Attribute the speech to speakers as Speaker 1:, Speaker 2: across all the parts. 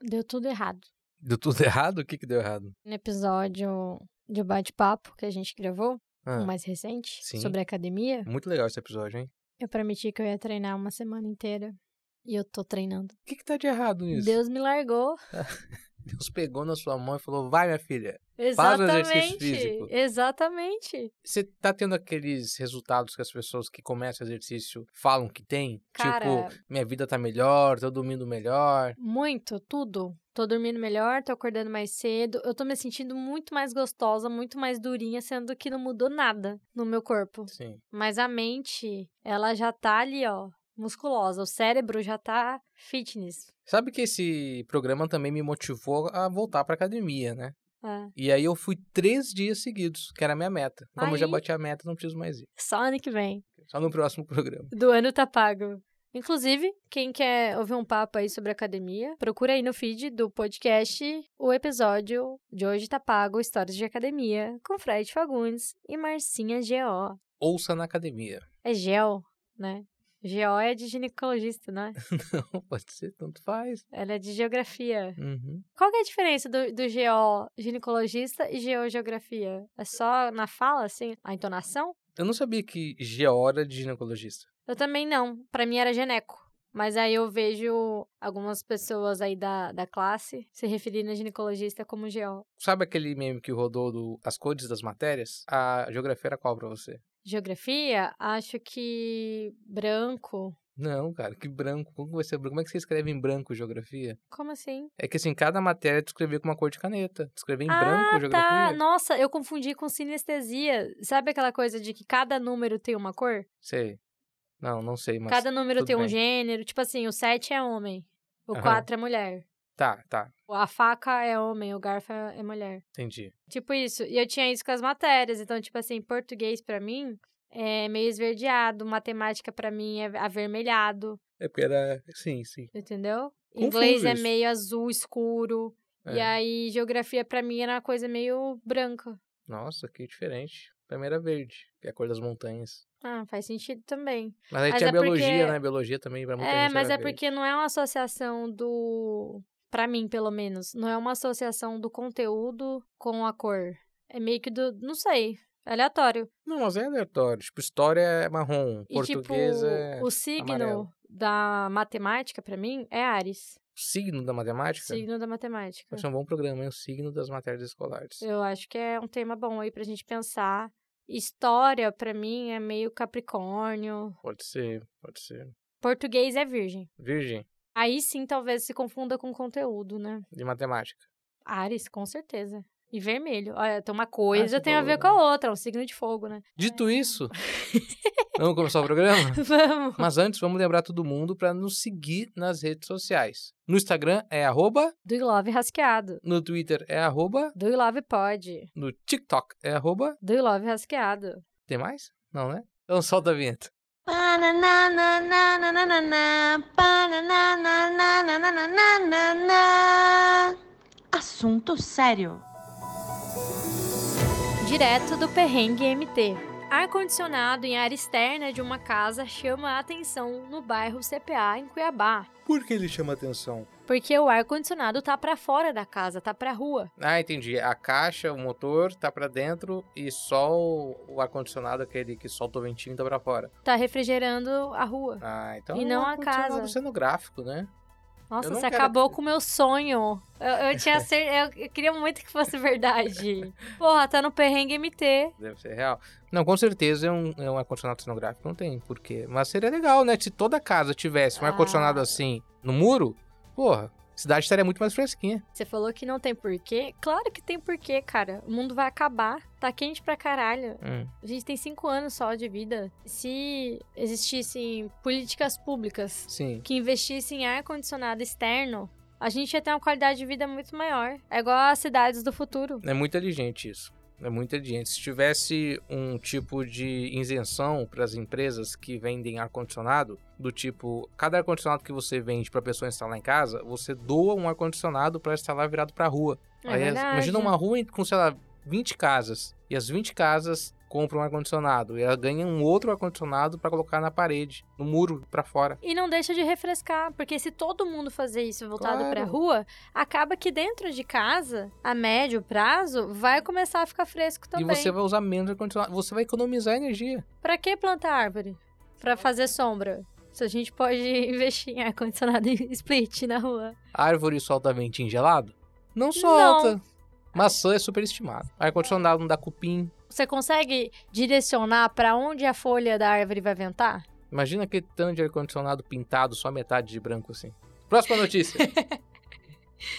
Speaker 1: Deu tudo errado.
Speaker 2: Deu tudo errado? O que que deu errado?
Speaker 1: No episódio de bate-papo que a gente gravou,
Speaker 2: Ah,
Speaker 1: o mais recente,
Speaker 2: Sim.
Speaker 1: sobre academia,
Speaker 2: Muito legal esse episódio, hein?
Speaker 1: eu prometi que eu ia treinar uma semana inteira. E eu tô treinando.
Speaker 2: O que que tá de errado nisso?
Speaker 1: Deus me largou.
Speaker 2: Deus pegou na sua mão e falou, vai minha filha. Faz um exercício
Speaker 1: Exatamente.
Speaker 2: físico.
Speaker 1: Exatamente.
Speaker 2: Você tá tendo aqueles resultados que as pessoas que começam o exercício falam que tem?
Speaker 1: Cara-
Speaker 2: Tipo, minha vida tá melhor, tô dormindo melhor.
Speaker 1: Muito, tudo. Tô dormindo melhor, tô acordando mais cedo. Eu tô me sentindo muito mais gostosa, muito mais durinha, sendo que não mudou nada no meu corpo.
Speaker 2: Sim.
Speaker 1: Mas a mente, ela já tá ali, ó, musculosa. O cérebro já tá fitness.
Speaker 2: Sabe que esse programa também me motivou a voltar pra academia, né?
Speaker 1: É.
Speaker 2: E aí eu fui três dias seguidos, que era a minha meta. Como eu já
Speaker 1: Aí.
Speaker 2: bati a meta, não preciso mais ir.
Speaker 1: Só ano que vem.
Speaker 2: Só no próximo programa.
Speaker 1: Do ano tá pago. Inclusive, quem quer ouvir um papo aí sobre academia, procura aí no feed do podcast o episódio de Hoje Tá Pago Histórias de Academia, com Fred Fagundes e Marcinha G.O.
Speaker 2: Ouça na academia.
Speaker 1: É gel, né? G.O. é de ginecologista, né?
Speaker 2: Não pode ser, tanto faz.
Speaker 1: Ela é de geografia.
Speaker 2: Uhum.
Speaker 1: Qual que é a diferença do, do GO ginecologista e GO geografia? É só na fala, assim, a entonação?
Speaker 2: Eu não sabia que GO era de ginecologista.
Speaker 1: Eu também não. Pra mim era geneco. Mas aí eu vejo algumas pessoas aí da, da classe se referindo a ginecologista como GO.
Speaker 2: Sabe aquele meme que rodou do As Cores das Matérias? A geografia era qual pra você?
Speaker 1: Geografia, acho que branco.
Speaker 2: Não, cara, que branco. Como que vai ser branco? Como é que você escreve em branco geografia?
Speaker 1: Como assim?
Speaker 2: É que assim, cada matéria tu escrevia com uma cor de caneta. Tu escrevia em
Speaker 1: Ah,
Speaker 2: branco
Speaker 1: Tá,
Speaker 2: geografia?
Speaker 1: nossa, eu confundi com sinestesia. Sabe aquela coisa de que cada número tem uma cor?
Speaker 2: Sei. Não, não sei, mas.
Speaker 1: cada número
Speaker 2: tudo
Speaker 1: tem um
Speaker 2: bem.
Speaker 1: gênero. Tipo assim, o 7 é homem, o
Speaker 2: Aham.
Speaker 1: 4 é mulher.
Speaker 2: Tá, tá.
Speaker 1: A faca é homem, o garfo é é mulher.
Speaker 2: Entendi.
Speaker 1: Tipo isso. E eu tinha isso com as matérias. Então, tipo assim, português pra mim é meio esverdeado, matemática pra mim é avermelhado,
Speaker 2: É porque era. Sim, sim.
Speaker 1: entendeu?
Speaker 2: Confuso
Speaker 1: Inglês é
Speaker 2: isso.
Speaker 1: meio azul escuro. E
Speaker 2: É.
Speaker 1: aí, geografia pra mim era uma coisa meio branca.
Speaker 2: Nossa, que diferente. Primeiro era verde, que é a cor das montanhas.
Speaker 1: Ah, faz sentido também.
Speaker 2: Mas aí
Speaker 1: Mas
Speaker 2: tinha
Speaker 1: é porque-
Speaker 2: biologia, né? Biologia também pra muita
Speaker 1: É,
Speaker 2: gente
Speaker 1: mas
Speaker 2: era
Speaker 1: é
Speaker 2: verde.
Speaker 1: porque não é uma associação do. Pra mim, pelo menos. Não é uma associação do conteúdo com a cor. É meio que do. Não sei. Aleatório.
Speaker 2: Não, mas é aleatório. Tipo, história é marrom,
Speaker 1: E,
Speaker 2: português
Speaker 1: tipo,
Speaker 2: é
Speaker 1: o signo
Speaker 2: amarelo.
Speaker 1: da matemática, pra mim, é Ares.
Speaker 2: o signo da matemática.
Speaker 1: Signo da matemática.
Speaker 2: Vai ser um bom programa, hein? O signo das matérias escolares.
Speaker 1: Eu acho que é um tema bom aí pra gente pensar. História, pra mim, é meio Capricórnio.
Speaker 2: Pode ser, pode ser.
Speaker 1: Português é virgem.
Speaker 2: Virgem,
Speaker 1: Aí sim, talvez se confunda com conteúdo, né?
Speaker 2: de matemática.
Speaker 1: Ares, com certeza. E vermelho. Olha, tem
Speaker 2: Ah,
Speaker 1: uma coisa
Speaker 2: você
Speaker 1: tem a ver com
Speaker 2: falou,
Speaker 1: a outra, é um signo de fogo, né?
Speaker 2: Dito isso, vamos começar o programa?
Speaker 1: Vamos.
Speaker 2: Mas antes, vamos lembrar todo mundo pra nos seguir nas redes sociais. No Instagram é arroba,
Speaker 1: Do I Love rasqueado.
Speaker 2: no Twitter é arroba,
Speaker 1: Do I Love pode.
Speaker 2: no TikTok é arroba,
Speaker 1: Do I Love rasqueado.
Speaker 2: Tem mais? Não, né? Então solta a vinheta.
Speaker 3: Assunto sério.
Speaker 1: Direto do perrengue MT. Ar-condicionado em área externa de uma casa chama a atenção no bairro CPA em Cuiabá.
Speaker 2: Por que ele chama atenção?
Speaker 1: Porque o ar-condicionado tá pra fora da casa, tá pra rua.
Speaker 2: Ah, entendi. A caixa, o motor tá pra dentro e só o, o ar-condicionado, aquele que solta o ventinho, tá pra fora.
Speaker 1: Tá refrigerando a rua.
Speaker 2: Ah, então
Speaker 1: E
Speaker 2: é um
Speaker 1: não a
Speaker 2: ar-condicionado
Speaker 1: casa.
Speaker 2: sendo gráfico, né?
Speaker 1: Nossa,
Speaker 2: Eu não
Speaker 1: você
Speaker 2: quero-
Speaker 1: acabou com o meu sonho. Eu, eu tinha cer... eu, eu queria muito que fosse verdade. Porra, tá no perrengue MT.
Speaker 2: Deve ser real. Não, com certeza é um, é um ar-condicionado sendo gráfico, não tem porquê. Mas seria legal, né? Se toda casa tivesse um
Speaker 1: Ah.
Speaker 2: ar-condicionado assim no muro, porra, a cidade estaria muito mais fresquinha.
Speaker 1: Você falou que não tem porquê. Claro que tem porquê, cara. O mundo vai acabar. Tá quente pra caralho.
Speaker 2: Hum.
Speaker 1: A gente tem cinco anos só de vida. Se existissem políticas públicas
Speaker 2: Sim.
Speaker 1: que investissem em ar-condicionado externo, a gente ia ter uma qualidade de vida muito maior. É igual às cidades do futuro.
Speaker 2: É muito inteligente isso. É muito inteligente. Se tivesse um tipo de isenção para as empresas que vendem ar-condicionado, do tipo, cada ar-condicionado que você vende para pessoa instalar em casa, você doa um ar-condicionado para instalar virado para rua.
Speaker 1: É
Speaker 2: Aí, as-
Speaker 1: verdade.
Speaker 2: imagina uma rua com, sei lá, 20 casas. E as 20 casas compra um ar-condicionado. E ela ganha um outro ar-condicionado para colocar na parede, no muro, para fora.
Speaker 1: E não deixa de refrescar, porque se todo mundo fazer isso voltado
Speaker 2: Claro.
Speaker 1: pra rua, acaba que dentro de casa, a médio prazo, vai começar a ficar fresco também.
Speaker 2: E você vai usar menos ar-condicionado. Você vai economizar energia.
Speaker 1: Pra que plantar árvore? Pra fazer sombra. Se a gente pode investir em ar-condicionado e split na rua.
Speaker 2: Árvore solta ventinho gelado? Não solta.
Speaker 1: solta.
Speaker 2: Maçã é superestimada. Ar-condicionado não dá cupim.
Speaker 1: Você consegue direcionar pra onde a folha da árvore vai ventar?
Speaker 2: Imagina aquele tanto de ar-condicionado pintado, só metade de branco assim. Próxima notícia.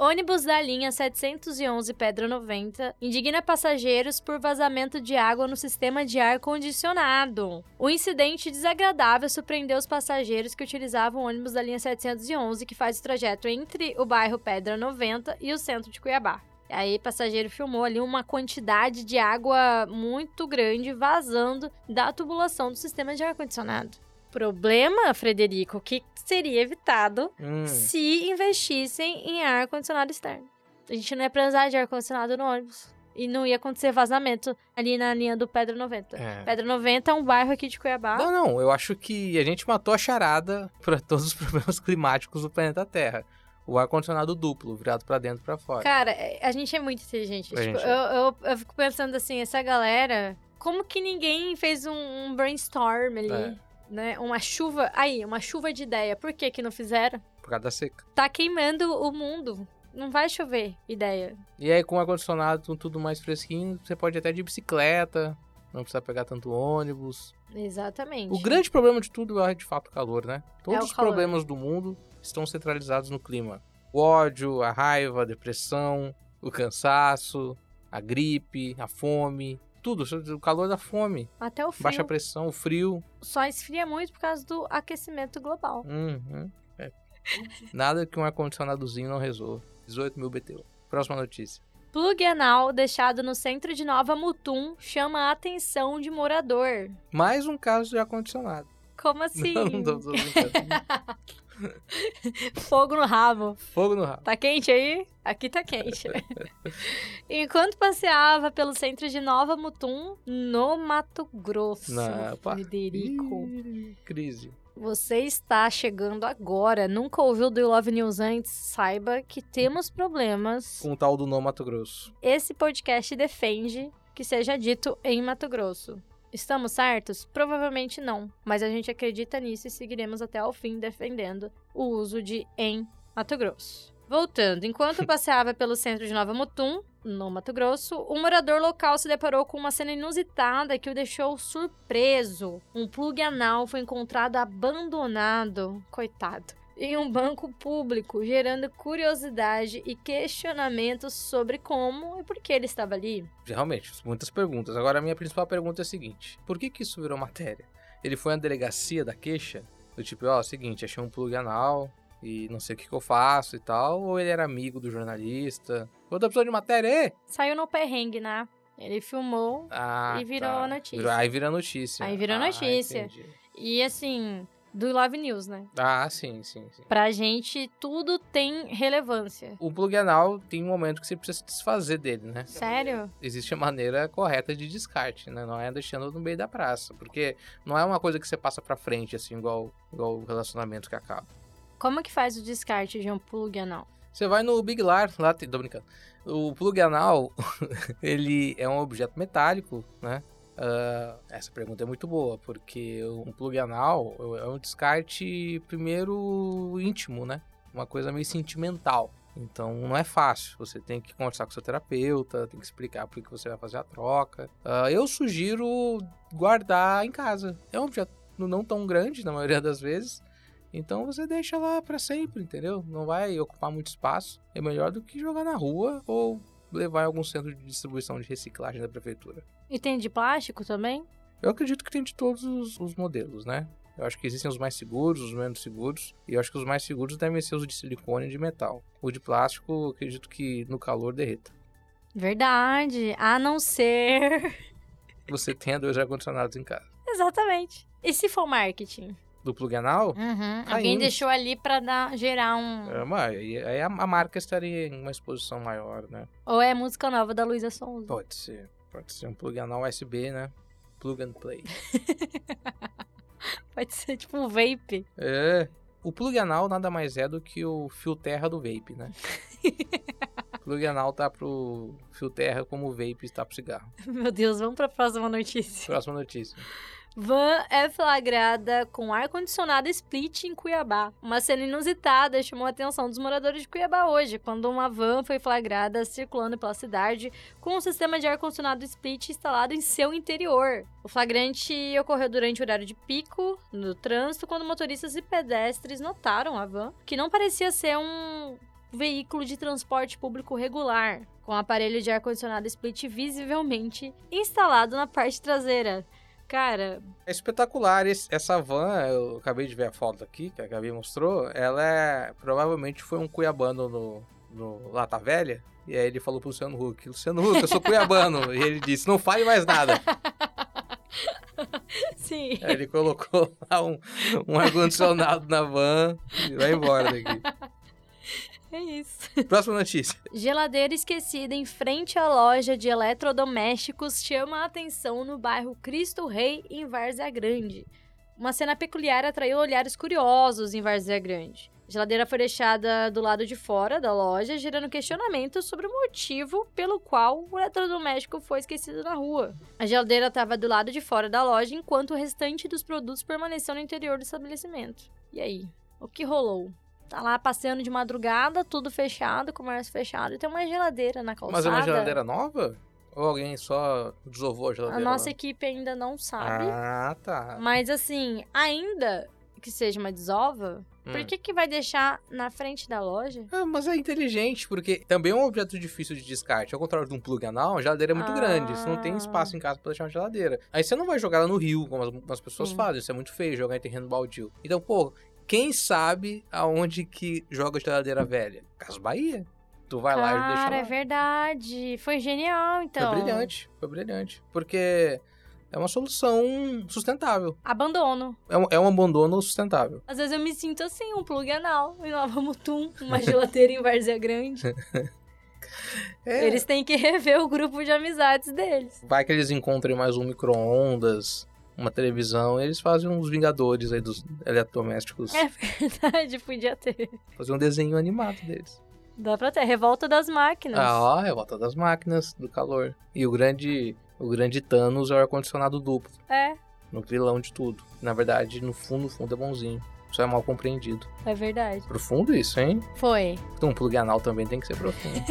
Speaker 1: Ônibus da linha 711 Pedra 90 indigna passageiros por vazamento de água no sistema de ar condicionado. O incidente desagradável surpreendeu os passageiros que utilizavam o ônibus da linha 711, que faz o trajeto entre o bairro Pedra 90 e o centro de Cuiabá. Aí, o passageiro filmou ali uma quantidade de água muito grande vazando da tubulação do sistema de ar-condicionado. Problema, Frederico, que seria evitado
Speaker 2: Hum,
Speaker 1: se investissem em ar-condicionado externo. A gente não ia precisar de ar-condicionado no ônibus. E não ia acontecer vazamento ali na linha do Pedra 90.
Speaker 2: é.
Speaker 1: Pedra 90 é um bairro aqui de Cuiabá.
Speaker 2: Não, não, eu acho que a gente matou a charada para todos os problemas climáticos do planeta Terra. O ar-condicionado duplo, virado para dentro e pra fora.
Speaker 1: Cara, é- a gente é muito inteligente.
Speaker 2: A
Speaker 1: Tipo,
Speaker 2: gente é.
Speaker 1: eu, eu, eu fico pensando assim, essa galera... Como que ninguém fez um, um brainstorm ali,
Speaker 2: É.
Speaker 1: né? Uma chuva... Aí, uma chuva de ideia. Por que que não fizeram?
Speaker 2: Por causa da seca.
Speaker 1: Tá queimando o mundo. Não vai chover ideia.
Speaker 2: E aí, com o ar-condicionado com tudo mais fresquinho, você pode ir até de bicicleta, não precisa pegar tanto ônibus.
Speaker 1: Exatamente.
Speaker 2: O grande problema de tudo é, de fato, o calor, né?
Speaker 1: o
Speaker 2: Todos os
Speaker 1: calor.
Speaker 2: problemas do mundo estão centralizados no clima. O ódio, a raiva, a depressão, o cansaço, a gripe, a fome, tudo. O calor da fome,
Speaker 1: Até o frio.
Speaker 2: baixa pressão, o frio.
Speaker 1: só esfria muito por causa do aquecimento global.
Speaker 2: Uhum. É. Nada que um ar-condicionadozinho não resolva. 18 mil BTU. Próxima notícia.
Speaker 1: Plug anal deixado no centro de Nova Mutum chama a atenção de morador.
Speaker 2: Mais um caso de ar-condicionado.
Speaker 1: Como assim?
Speaker 2: Não, não tô- tô brincando.
Speaker 1: Fogo no rabo.
Speaker 2: Fogo no rabo.
Speaker 1: Tá quente aí? Aqui tá quente. Enquanto passeava pelo centro de Nova Mutum, no Mato Grosso,
Speaker 2: Na- opa.
Speaker 1: Frederico,
Speaker 2: Ih, Crise.
Speaker 1: você está chegando agora. Nunca ouviu do Love News antes? Saiba que temos problemas.
Speaker 2: Com o tal do No Mato Grosso.
Speaker 1: Esse podcast defende que seja dito em Mato Grosso. Estamos certos? Provavelmente não, mas a gente acredita nisso e seguiremos até ao fim defendendo o uso de em Mato Grosso. Voltando, enquanto passeava pelo centro de Nova Mutum, no Mato Grosso, um morador local se deparou com uma cena inusitada que o deixou surpreso. Um plug anal foi encontrado abandonado, coitado, em um banco público, gerando curiosidade e questionamentos sobre como e por que ele estava ali.
Speaker 2: Realmente, muitas perguntas. Agora, a minha principal pergunta é a seguinte: por que, que isso virou matéria? Ele foi na delegacia da queixa? Do tipo, ó, seguinte, achei um plug anal e não sei o que, que eu faço e tal. Ou ele era amigo do jornalista? Outra pessoa de matéria, ê!
Speaker 1: Saiu no perrengue, né? Ele filmou
Speaker 2: Ah,
Speaker 1: E virou
Speaker 2: tá.
Speaker 1: notícia.
Speaker 2: Virou- aí vira notícia.
Speaker 1: Aí virou
Speaker 2: Ah,
Speaker 1: notícia.
Speaker 2: entendi.
Speaker 1: e assim, do Love News, né?
Speaker 2: Ah, sim, sim, sim.
Speaker 1: Pra gente, tudo tem relevância.
Speaker 2: O plug anal tem um momento que você precisa se desfazer dele, né?
Speaker 1: Sério?
Speaker 2: Existe a maneira correta de descarte, né? Não é deixando no meio da praça. Porque não é uma coisa que você passa pra frente, assim, igual, igual o relacionamento que acaba.
Speaker 1: Como que faz o descarte de um plug anal?
Speaker 2: Você vai no Big Lar, lá tem. Tô brincando. O plug anal, ele é um objeto metálico, né? Ah, essa pergunta é muito boa, porque um plug anal é um descarte, primeiro, íntimo, né? Uma coisa meio sentimental. Então não é fácil. Você tem que conversar com seu terapeuta, tem que explicar por que você vai fazer a troca. Ah, eu sugiro guardar em casa. É um objeto não tão grande, na maioria das vezes. Então você deixa lá pra sempre, entendeu? Não vai ocupar muito espaço. É melhor do que jogar na rua ou levar em algum centro de distribuição de reciclagem da prefeitura.
Speaker 1: E tem de plástico também?
Speaker 2: Eu acredito que tem de todos os, os modelos, né? Eu acho que existem os mais seguros, os menos seguros, e eu acho que os mais seguros devem ser os de silicone e de metal. O de plástico, eu acredito que no calor derreta.
Speaker 1: Verdade. A não ser.
Speaker 2: Você tenha dois ar-condicionados em casa.
Speaker 1: Exatamente. E se for marketing?
Speaker 2: Do plug anal,
Speaker 1: Alguém
Speaker 2: Caindo.
Speaker 1: deixou ali pra dar, gerar um.
Speaker 2: é uma- aí aí a, a marca estaria em uma exposição maior, né?
Speaker 1: Ou é música nova da Luísa Sonza.
Speaker 2: Pode ser. Pode ser um plug anal USB, né? Plug and play.
Speaker 1: Pode ser tipo um vape.
Speaker 2: É. O plug anal nada mais é do que o fio terra do vape, né? plug anal tá pro fio terra como o vape está pro cigarro.
Speaker 1: Meu Deus, vamos pra próxima notícia.
Speaker 2: Próxima notícia.
Speaker 1: Van é flagrada com ar-condicionado split em Cuiabá. Uma cena inusitada chamou a atenção dos moradores de Cuiabá hoje, quando uma van foi flagrada circulando pela cidade com um sistema de ar-condicionado split instalado em seu interior. O flagrante ocorreu durante o horário de pico no trânsito, quando motoristas e pedestres notaram a van, que não parecia ser um veículo de transporte público regular, com aparelho de ar-condicionado split visivelmente instalado na parte traseira. Cara,
Speaker 2: É espetacular. esse- essa van, eu acabei de ver a foto aqui, que a Gabi mostrou. Ela é, provavelmente foi um cuiabano no, no Lata Velha. E aí ele falou pro Luciano Huck: Luciano Huck, eu sou cuiabano. e ele disse: Não fale mais nada.
Speaker 1: sim.
Speaker 2: Aí ele colocou lá um, um ar-condicionado na van e vai embora daqui.
Speaker 1: É isso.
Speaker 2: Próxima notícia.
Speaker 1: Geladeira esquecida em frente à loja de eletrodomésticos chama a atenção no bairro Cristo Rei, em Várzea Grande. Uma cena peculiar atraiu olhares curiosos em Várzea Grande. A geladeira foi deixada do lado de fora da loja, gerando questionamentos sobre o motivo pelo qual o eletrodoméstico foi esquecido na rua. A geladeira estava do lado de fora da loja, enquanto o restante dos produtos permaneceu no interior do estabelecimento. E aí? O que rolou? Tá lá passeando de madrugada, tudo fechado, comércio fechado, e tem uma geladeira na calçada.
Speaker 2: Mas é uma geladeira nova? Ou alguém só desovou a
Speaker 1: A
Speaker 2: geladeira?
Speaker 1: nossa
Speaker 2: lá?
Speaker 1: equipe ainda não sabe.
Speaker 2: Ah, tá.
Speaker 1: Mas assim, ainda que seja uma desova, por
Speaker 2: Hum.
Speaker 1: que que vai deixar na frente da loja?
Speaker 2: Ah, mas é inteligente, porque também é um objeto difícil de descarte. Ao contrário de um plug anal, uma geladeira é muito
Speaker 1: Ah.
Speaker 2: grande. Você não tem espaço em casa pra deixar uma geladeira. Aí você não vai jogar ela no rio, como as, como as pessoas
Speaker 1: Sim.
Speaker 2: fazem. Isso é muito feio, jogar em terreno baldio. Então, pô, quem sabe aonde que joga geladeira velha? Caso Bahia. Tu vai lá e deixa
Speaker 1: Cara,
Speaker 2: lá.
Speaker 1: é verdade. Foi genial, então.
Speaker 2: Foi brilhante, foi brilhante. Porque é uma solução sustentável.
Speaker 1: Abandono.
Speaker 2: É um, é um abandono sustentável.
Speaker 1: Às vezes eu me sinto assim, um plug anal, em Nova Mutum, uma geladeira em Várzea Grande.
Speaker 2: É.
Speaker 1: Eles têm que rever o grupo de amizades deles.
Speaker 2: Vai que eles encontrem mais um micro-ondas, uma televisão, e eles fazem uns Vingadores aí dos eletrodomésticos.
Speaker 1: É verdade, podia ter.
Speaker 2: Fazer um desenho animado deles.
Speaker 1: Dá pra ter. Revolta das máquinas.
Speaker 2: Ah, ó, revolta das máquinas, do calor. E o grande, o grande Thanos é o ar-condicionado duplo,
Speaker 1: É,
Speaker 2: no vilão de tudo. Na verdade, no fundo, no fundo é bonzinho. Só é mal compreendido.
Speaker 1: é verdade.
Speaker 2: Profundo isso, hein?
Speaker 1: Foi.
Speaker 2: Então, um plug anal também tem que ser profundo.